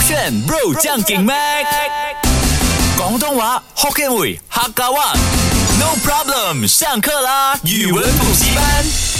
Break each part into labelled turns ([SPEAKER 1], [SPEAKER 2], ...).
[SPEAKER 1] 选 Bro 将劲 Mac，广东话 Hokkien 语客家话。No problem，上课啦！语文补习班。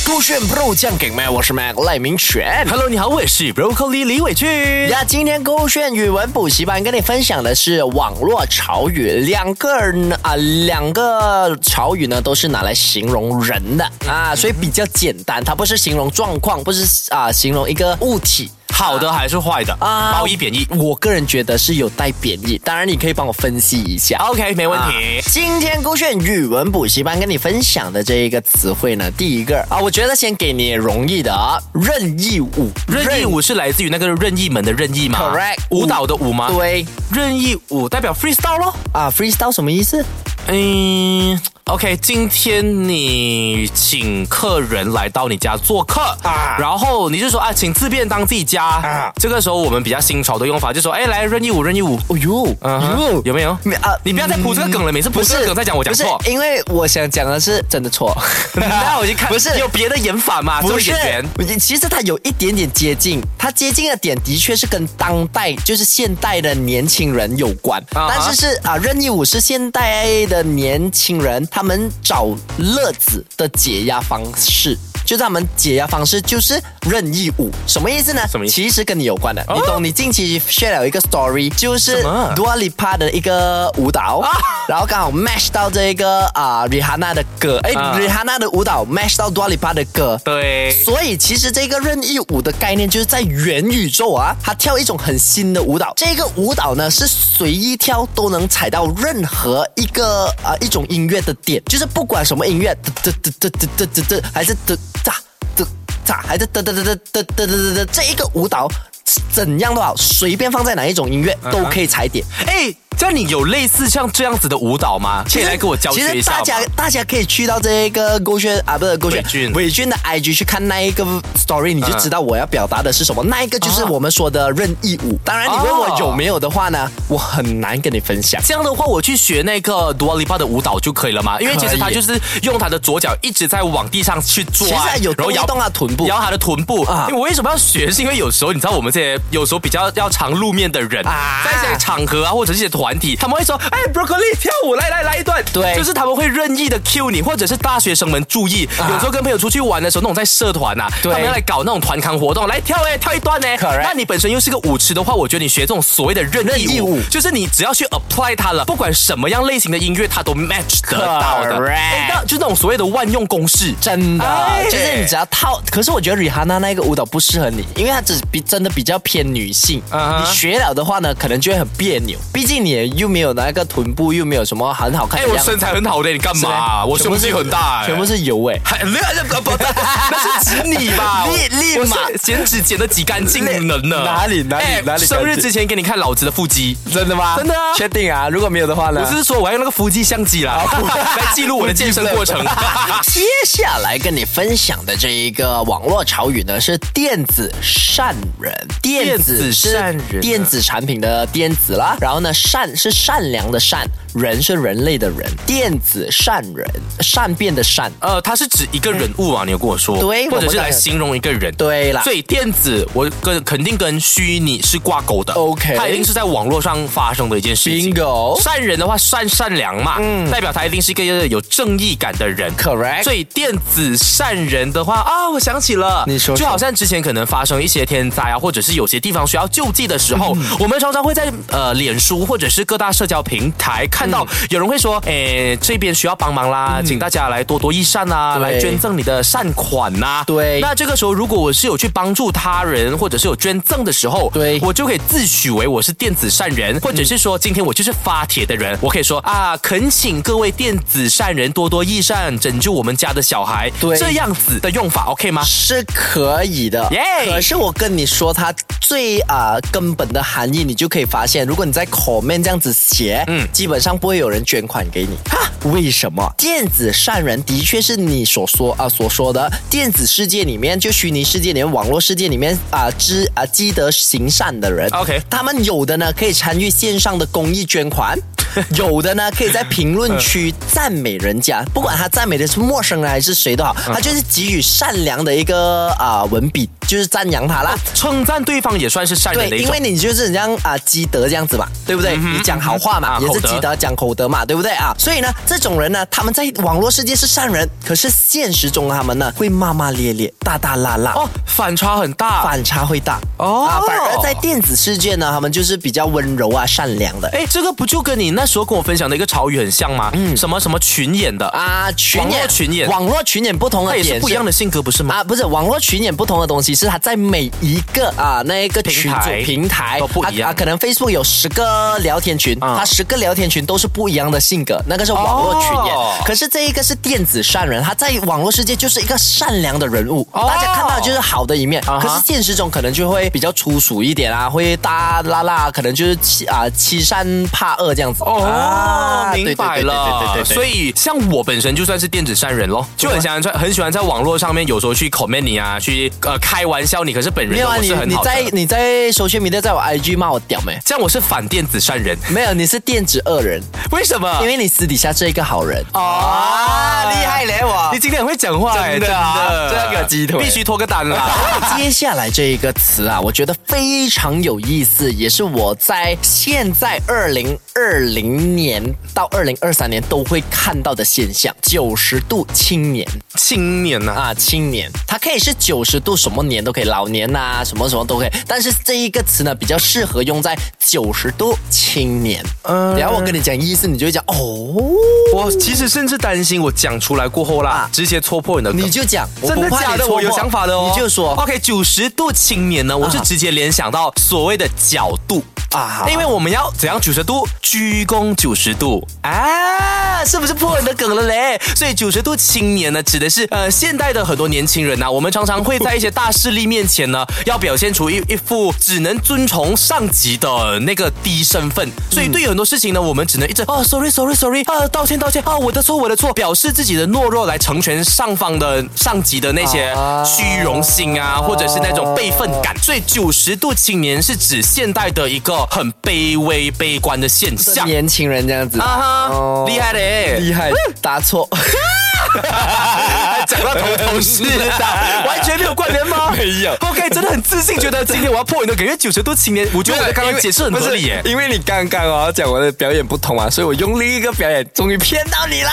[SPEAKER 2] 酷炫 Bro 酱给麦，我是 Mac 赖明全。
[SPEAKER 1] Hello，你好，我是 Broccoli 李伟俊。
[SPEAKER 2] 呀，今天勾炫语文补习班跟你分享的是网络潮语，两个人啊、两个潮语呢都是拿来形容人的啊，所以比较简单，它不是形容状况，不是啊形容一个物体。
[SPEAKER 1] 好的还是坏的？
[SPEAKER 2] 啊
[SPEAKER 1] 褒义贬义。
[SPEAKER 2] 我个人觉得是有带贬义，当然你可以帮我分析一下。
[SPEAKER 1] OK，没问题
[SPEAKER 2] 啊。今天勾选语文补习班跟你分享的这一个词汇呢，第一个啊，我觉得先给你容易的啊，任意舞，
[SPEAKER 1] 任意舞是来自于那个任意门的任意吗
[SPEAKER 2] Correct
[SPEAKER 1] 舞蹈的舞吗？。
[SPEAKER 2] 对
[SPEAKER 1] 任意舞代表 freestyle 咯。
[SPEAKER 2] 啊，freestyle 什么意思？
[SPEAKER 1] 嗯，OK，今天你请客人来到你家做客
[SPEAKER 2] 啊
[SPEAKER 1] 然后你就说啊，请自便当自己家
[SPEAKER 2] 啊
[SPEAKER 1] 这个时候我们比较新潮的用法就说，哎，来任意舞，任意 舞。
[SPEAKER 2] 哦呦，
[SPEAKER 1] 嗯哼
[SPEAKER 2] 哟，
[SPEAKER 1] 有没有？
[SPEAKER 2] 没啊
[SPEAKER 1] 你不要再铺这个梗了，每次铺
[SPEAKER 2] 不
[SPEAKER 1] 这个
[SPEAKER 2] 是
[SPEAKER 1] 梗再讲我讲错
[SPEAKER 2] 不。是因为我想讲的是真的错，
[SPEAKER 1] 那我就看，
[SPEAKER 2] 不是
[SPEAKER 1] 有别的演法嘛？
[SPEAKER 2] 不
[SPEAKER 1] 这
[SPEAKER 2] 是
[SPEAKER 1] 个演员，
[SPEAKER 2] 其实它有一点点接近，它接近的点的确是跟当代，就是现代的年轻人有关，
[SPEAKER 1] 啊哈
[SPEAKER 2] 但是是啊，任意舞是现代的年轻人他们找乐子的解压方式。就是他们解压方式就是任意舞，什么意思呢？
[SPEAKER 1] 什么意思哦
[SPEAKER 2] 其实跟你有关的，你懂？你近期 share 了一个 story，就是
[SPEAKER 1] 什么
[SPEAKER 2] Dua Lipa 的一个舞蹈，
[SPEAKER 1] 啊
[SPEAKER 2] 然后刚好 match 到这一个啊 Rihanna 的歌，哎、
[SPEAKER 1] 啊
[SPEAKER 2] Rihanna 的舞蹈 match 到 Dua Lipa 的歌，
[SPEAKER 1] 对，
[SPEAKER 2] 所以其实这个任意舞的概念就是在元宇宙啊，它跳一种很新的舞蹈。这个舞蹈呢是随意跳都能踩到任何一个呃一种音乐的点，就是不管什么音乐，嘚嘚嘚嘚嘚嘚嘚嘚，还是嘚哒嘚哒，还是嘚嘚嘚嘚嘚嘚嘚嘚，这一个舞蹈。怎样都好，随便放在哪一种音乐都可以踩点。
[SPEAKER 1] 哎，这样你有类似像这样子的舞蹈吗？可以来给我教
[SPEAKER 2] 其
[SPEAKER 1] 学一
[SPEAKER 2] 实
[SPEAKER 1] 下
[SPEAKER 2] 大
[SPEAKER 1] 吗？
[SPEAKER 2] 家大家可以去到这个勾选啊，不是勾选
[SPEAKER 1] 伟俊嗯
[SPEAKER 2] 伟俊的 IG 去看那一个 story，你就知道我要表达的是什么。那一个就是
[SPEAKER 1] 啊
[SPEAKER 2] 我们说的任意
[SPEAKER 1] 哦
[SPEAKER 2] 舞。当然，你问我有没有的话呢，我很难跟你分享。
[SPEAKER 1] 这样的话，我去学那个 Dua Lipa 的舞蹈就可以了嘛？因为其实他
[SPEAKER 2] 可以
[SPEAKER 1] 就是用他的左脚一直在往地上去抓，
[SPEAKER 2] 其实还有
[SPEAKER 1] 然
[SPEAKER 2] 动
[SPEAKER 1] 后
[SPEAKER 2] 一
[SPEAKER 1] 摇
[SPEAKER 2] 动啊臀部
[SPEAKER 1] 摇他的臀部。
[SPEAKER 2] 啊
[SPEAKER 1] 因为我为什么要学？是因为有时候你知道我们这些有时候比较要常露面的人，
[SPEAKER 2] 啊
[SPEAKER 1] 在一些场合啊或者一些团体，他们会说：“哎，Broccoli 跳舞，来来来一段。”
[SPEAKER 2] 对
[SPEAKER 1] 就是他们会任意的 cue 你，或者是大学生们注意，
[SPEAKER 2] 啊
[SPEAKER 1] 有时候跟朋友出去玩的时候，那种在社团呐、啊，他
[SPEAKER 2] 对
[SPEAKER 1] 们要来搞那种团康活动，来跳哎、跳一段呢、
[SPEAKER 2] Correct
[SPEAKER 1] 那你本身又是个舞痴的话，我觉得你学这种所谓的任意舞，
[SPEAKER 2] 任意舞
[SPEAKER 1] 就是你只要去 apply 它了，不管什么样类型的音乐，它都 match 得到的。
[SPEAKER 2] Correct
[SPEAKER 1] 哎那就那种所谓的万用公式，
[SPEAKER 2] 真的啊
[SPEAKER 1] 哎，
[SPEAKER 2] 就是你只要套，可是我觉得 Rihanna 那个舞蹈不适合你，因为它只比真的比较偏女性。
[SPEAKER 1] 啊哈
[SPEAKER 2] 你学了的话呢，可能就会很别扭，毕竟你也又没有那个臀部，又没有什么很好看
[SPEAKER 1] 哎、
[SPEAKER 2] 的
[SPEAKER 1] 我
[SPEAKER 2] 样子。
[SPEAKER 1] 身材很好的，你干
[SPEAKER 2] 是
[SPEAKER 1] 嘛？
[SPEAKER 2] 吗
[SPEAKER 1] 我
[SPEAKER 2] 全部
[SPEAKER 1] 胸
[SPEAKER 2] 是
[SPEAKER 1] 肌很大、哎
[SPEAKER 2] 全部是油哎、
[SPEAKER 1] 还那那不不，那是指你吧？
[SPEAKER 2] 立立
[SPEAKER 1] 我
[SPEAKER 2] 马
[SPEAKER 1] 我是剪纸剪的几干净
[SPEAKER 2] 立
[SPEAKER 1] 能呢？
[SPEAKER 2] 哪里哪里
[SPEAKER 1] 哎
[SPEAKER 2] 哪里干净
[SPEAKER 1] 生日之前给你看老子的腹肌。
[SPEAKER 2] 真的吗？
[SPEAKER 1] 真的啊
[SPEAKER 2] 确定啊？如果没有的话呢？
[SPEAKER 1] 我是说，我要用那个腹肌相机啦，
[SPEAKER 2] 哦
[SPEAKER 1] 来记录我的健身过 程。
[SPEAKER 2] 接下来跟你分享的这一个网络潮语呢，是电子善人。电
[SPEAKER 1] 电子
[SPEAKER 2] 子是
[SPEAKER 1] 善人啊
[SPEAKER 2] 电子产品的电子啦，然后呢，善是善良的善，人是人类的人，电子善人，善变的善。
[SPEAKER 1] 呃，它是指一个人物嘛？啊你有跟我说，
[SPEAKER 2] 嗯对
[SPEAKER 1] 或者
[SPEAKER 2] 我
[SPEAKER 1] 是
[SPEAKER 2] 们
[SPEAKER 1] 来形容一个人，
[SPEAKER 2] 对啦
[SPEAKER 1] 所以电子，我跟肯定跟虚拟是挂钩的。
[SPEAKER 2] OK
[SPEAKER 1] 它一定是在网络上发生的一件事情。
[SPEAKER 2] Bingo 嗯
[SPEAKER 1] 善人的话，善善良嘛，代表他一定是一个有正义感的人。
[SPEAKER 2] Correct
[SPEAKER 1] 所以电子善人的话啊，我想起了，
[SPEAKER 2] 你说说
[SPEAKER 1] 就好像之前可能发生一些天灾啊，或者是有些地方需要救济的时候，
[SPEAKER 2] 嗯
[SPEAKER 1] 我们常常会在呃脸书或者是各大社交平台看到
[SPEAKER 2] 嗯
[SPEAKER 1] 有人会说，诶，这边需要帮忙啦，请大家来多多益善啦，
[SPEAKER 2] 对
[SPEAKER 1] 来捐赠你的善款呐、
[SPEAKER 2] 对
[SPEAKER 1] 那这个时候如果我是有去帮助他人，或者是有捐赠的时候，
[SPEAKER 2] 对嗯
[SPEAKER 1] 我就可以自诩为我是电子善人，或者是说今天我就是发帖的人，我可以说啊，恳请各位电子善人多多益善，拯救我们家的小孩，
[SPEAKER 2] 对
[SPEAKER 1] 这样子的用法 OK 吗？
[SPEAKER 2] 是可以的
[SPEAKER 1] Yay
[SPEAKER 2] 可是我跟你说，它最啊、根本的含义，你就可以发现，如果你在 comment 这样子写，
[SPEAKER 1] 嗯
[SPEAKER 2] 嗯，基本上不会有人捐款给你。哈，为什么？电子善人的确是你所说啊、所说的电子世界里面，就虚拟世界里面、网络世界里面啊、知啊、积德行善的人。
[SPEAKER 1] OK
[SPEAKER 2] 他们有的呢可以参与线上的公益 捐款，有的呢可以在评论区赞美人家，
[SPEAKER 1] 嗯
[SPEAKER 2] 不管他赞美的是陌生人还是谁都好，他就是给予善良的一个啊、文笔。就是赞扬他啦。
[SPEAKER 1] 称赞对方也算是善嗯
[SPEAKER 2] 对
[SPEAKER 1] 人的，一
[SPEAKER 2] 因
[SPEAKER 1] 种嗯
[SPEAKER 2] 为。你就是这样啊、积德这样子嘛，对不对？你讲好话嘛，
[SPEAKER 1] 啊
[SPEAKER 2] 也
[SPEAKER 1] 口
[SPEAKER 2] 是
[SPEAKER 1] 德
[SPEAKER 2] 积德讲口德嘛，对不对啊？所以呢，这种人呢，他们在网络世界是善人，可是现实中啊他们呢会骂骂咧咧、大大拉拉。
[SPEAKER 1] 哦，反差很大。
[SPEAKER 2] 反差会大
[SPEAKER 1] 哦
[SPEAKER 2] 啊，反而在电子世界呢，他们就是比较温柔啊、善良的
[SPEAKER 1] 哎，这个不就跟你那时候跟我分享的一个潮语很像吗？嗯，什么什么群演的，
[SPEAKER 2] 啊。群
[SPEAKER 1] 网
[SPEAKER 2] 演
[SPEAKER 1] 络群演
[SPEAKER 2] 网络群演不同的
[SPEAKER 1] 它也
[SPEAKER 2] 点
[SPEAKER 1] 是不一样的性格，不是吗？
[SPEAKER 2] 啊，不是网络群演不同的东西，是它在每一个啊那一个群组
[SPEAKER 1] 平台
[SPEAKER 2] 平台
[SPEAKER 1] 都不一样
[SPEAKER 2] 啊啊可能 Facebook 有十个聊天群，
[SPEAKER 1] 嗯
[SPEAKER 2] 它十个聊天群都是不一样的性格，那个是网络群演。
[SPEAKER 1] 哦
[SPEAKER 2] 可是这一个是电子善人，他在网络世界就是一个善良的人物，
[SPEAKER 1] 哦
[SPEAKER 2] 大家看到的就是好的一面。
[SPEAKER 1] 啊哈
[SPEAKER 2] 可是现实中可能就会比较粗俗一点啊，会大拉拉，可能就是欺啊欺善怕恶这样子。
[SPEAKER 1] 哦
[SPEAKER 2] 啊，
[SPEAKER 1] 明白了。所以像我本身就算是电子善人咯，
[SPEAKER 2] 啊
[SPEAKER 1] 就很喜欢在很喜欢在网络上面有时候去 comment 你啊，去呃开玩笑你，可是本
[SPEAKER 2] 没
[SPEAKER 1] 人
[SPEAKER 2] 有啊，
[SPEAKER 1] 我
[SPEAKER 2] 你
[SPEAKER 1] 是很
[SPEAKER 2] 你
[SPEAKER 1] 好的。
[SPEAKER 2] 在你在首选名单在我 IG 骂我屌没？
[SPEAKER 1] 这样我是反电子善人，
[SPEAKER 2] 没有，你是电子恶人，
[SPEAKER 1] 为什么？
[SPEAKER 2] 因为你私底下是一个好人。
[SPEAKER 1] 啊
[SPEAKER 2] 嘞我
[SPEAKER 1] 你今天很会讲话欸，
[SPEAKER 2] 真的啊
[SPEAKER 1] 真的
[SPEAKER 2] 这个鸡腿
[SPEAKER 1] 必须脱个单 啦。
[SPEAKER 2] 接下来这一个词啊，我觉得非常有意思，也是我在现在二零二零年到二零二三年都会看到的现象。九十度青年
[SPEAKER 1] 青年呐、
[SPEAKER 2] 啊，青年，它可以是九十度，什么年都可以，老年呐、什么什么都可以。但是这一个词呢，比较适合用在九十度青年。嗯，然后我跟你讲意思，你就会讲哦，
[SPEAKER 1] 我其实甚至担心我讲出来过后啦，
[SPEAKER 2] 啊
[SPEAKER 1] 直接戳破你的梗。
[SPEAKER 2] 你就讲，我
[SPEAKER 1] 真
[SPEAKER 2] 不
[SPEAKER 1] 的
[SPEAKER 2] 怕
[SPEAKER 1] 假
[SPEAKER 2] 你
[SPEAKER 1] 的？
[SPEAKER 2] 戳
[SPEAKER 1] 我有
[SPEAKER 2] 破
[SPEAKER 1] 想法的哦。
[SPEAKER 2] 你就说
[SPEAKER 1] OK，九十度青年呢，我是直接联想到所谓的角度
[SPEAKER 2] 啊
[SPEAKER 1] 因为我们要怎样九十度鞠躬九十度啊，是不是破你的梗了嘞？所以九十度青年呢，指的是呃现代的很多年轻人啊呐、我们常常会在一些大势力面前呢，要表现出一一副只能遵从上级的那个低身份，所以对于很多事情呢，我们只能一直啊 sorry sorry sorry 啊道歉道歉啊我的错我的错，表示自己的懦弱来成全上方的上级的那些
[SPEAKER 2] 啊
[SPEAKER 1] 虚荣心啊，或者是那种辈分感。所以九十度青年是指现代的一个很卑微、悲观的现象
[SPEAKER 2] 年轻人这样子
[SPEAKER 1] 啊哈
[SPEAKER 2] 哦，
[SPEAKER 1] 厉害嘞！
[SPEAKER 2] 厉害，答错，
[SPEAKER 1] 讲到头头是道，完全没有关联吗？
[SPEAKER 3] 没有
[SPEAKER 1] OK，真的很自信，觉得今天我要破你的梗，因为九十度青年，我觉得我的刚刚解释很合理耶
[SPEAKER 3] 不。是因为你刚刚哦讲我的表演不同啊，所以我用另一个表演，终于骗到你啦！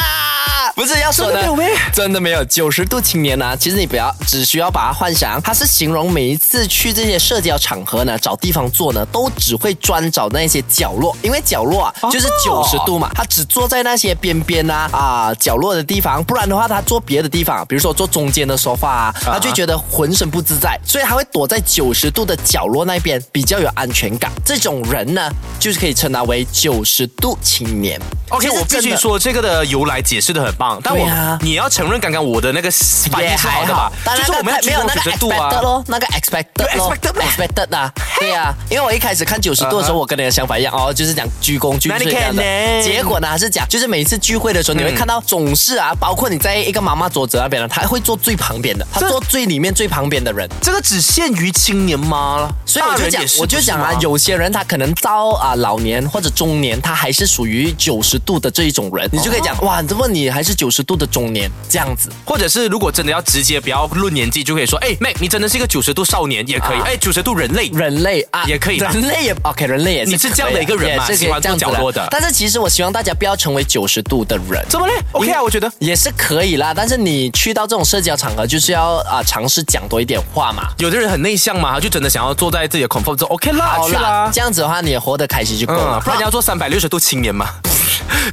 [SPEAKER 2] 不是要说
[SPEAKER 1] 真的没有咩
[SPEAKER 2] 真的没有。九十度青年呢、其实你不要，只需要把它幻想，它是形容每一次去这些社交场合呢，找地方坐呢，都只会专找那些角落，因为角落
[SPEAKER 1] 哦
[SPEAKER 2] 啊就是九十度嘛，他只坐在那些边边啊啊角落的地方，不然的话他坐别的地方，比如说坐中间的沙发啊，他就觉得浑身不自在，所以他会躲在九十度的角落那边，比较有安全感。这种人呢，就是可以称他为九十度青年。
[SPEAKER 1] OK，
[SPEAKER 2] 其实
[SPEAKER 1] 我必
[SPEAKER 2] 真
[SPEAKER 1] 须
[SPEAKER 2] 的
[SPEAKER 1] 说这个的由来解释的很棒，但
[SPEAKER 2] 对
[SPEAKER 1] 我
[SPEAKER 2] 啊
[SPEAKER 1] 你要承认刚刚我的那个反
[SPEAKER 2] 也
[SPEAKER 1] 应是
[SPEAKER 2] 还
[SPEAKER 1] 好的
[SPEAKER 2] 好
[SPEAKER 1] 吧，？
[SPEAKER 2] 但
[SPEAKER 1] 就是
[SPEAKER 2] 那
[SPEAKER 1] 我
[SPEAKER 2] 个
[SPEAKER 1] 们要鞠
[SPEAKER 2] 没有
[SPEAKER 1] 躬
[SPEAKER 2] 那
[SPEAKER 1] 九
[SPEAKER 2] 个
[SPEAKER 1] 十度
[SPEAKER 2] expected
[SPEAKER 1] 啊。
[SPEAKER 2] 咯，那个 expected
[SPEAKER 1] 有
[SPEAKER 2] 咯
[SPEAKER 1] expected 吗
[SPEAKER 2] expected 啊，对啊，因为我一开始看九十度的时候，我跟你的想法一样哦，就是讲鞠躬鞠
[SPEAKER 1] 嗯那你
[SPEAKER 2] 是这样的
[SPEAKER 1] 看呢。
[SPEAKER 2] 结果呢，还是讲就是每一次聚会的时候，你会看到总是啊，包括你在一个妈妈桌子那边呢，他会坐最旁边的，他
[SPEAKER 1] 这
[SPEAKER 2] 坐最里面最旁边的人。
[SPEAKER 1] 这个只限于青年吗？
[SPEAKER 2] 所以我
[SPEAKER 1] 大
[SPEAKER 2] 就
[SPEAKER 1] 人
[SPEAKER 2] 讲
[SPEAKER 1] 也，是
[SPEAKER 2] 我就讲
[SPEAKER 1] 不
[SPEAKER 2] 啊
[SPEAKER 1] 是吗，
[SPEAKER 2] 有些人他可能到啊老年或者中年，他还是属于九十度的这一种人，你就可以讲哇，怎么你还是九十度的中年这样子。
[SPEAKER 1] 或者是如果真的要直接不要论年纪，就可以说，哎妹，你真的是一个九十度少年也可以，
[SPEAKER 2] 啊
[SPEAKER 1] 哎九十度人类。
[SPEAKER 2] 人类啊，
[SPEAKER 1] 也可以吧
[SPEAKER 2] 人类也 OK，人类也是
[SPEAKER 1] 你是这样的一个人嘛
[SPEAKER 2] 可以也是可以
[SPEAKER 1] 喜欢
[SPEAKER 2] 这样子
[SPEAKER 1] 坐角落的
[SPEAKER 2] 但是其实我希望大家不要成为九十度的人。
[SPEAKER 1] 怎么嘞？OK
[SPEAKER 2] 因
[SPEAKER 1] 啊，
[SPEAKER 2] 为
[SPEAKER 1] 我觉得
[SPEAKER 2] 也是可以啦，但是你去到这种社交场合，就是要啊、尝试讲多一点话嘛。
[SPEAKER 1] 有的人很内向嘛，他就真的想要坐在自己的 comfort zone。OK 啦，
[SPEAKER 2] 好
[SPEAKER 1] 去
[SPEAKER 2] 啦
[SPEAKER 1] 啦，，
[SPEAKER 2] 这样子的话你也活得开心就够了，
[SPEAKER 1] 嗯，不 然你要做三百六十度青年嘛，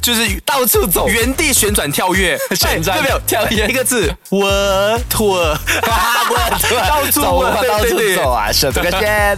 [SPEAKER 1] 就是到处走， 原地旋转跳跃，
[SPEAKER 3] 旋转
[SPEAKER 1] 哎没有
[SPEAKER 3] 跳跃
[SPEAKER 1] 一个字， 我妥，我到处
[SPEAKER 2] 走啊
[SPEAKER 1] 问，
[SPEAKER 2] 到
[SPEAKER 1] 对对
[SPEAKER 2] 处啊
[SPEAKER 1] 对
[SPEAKER 2] 走啊，省这个圈。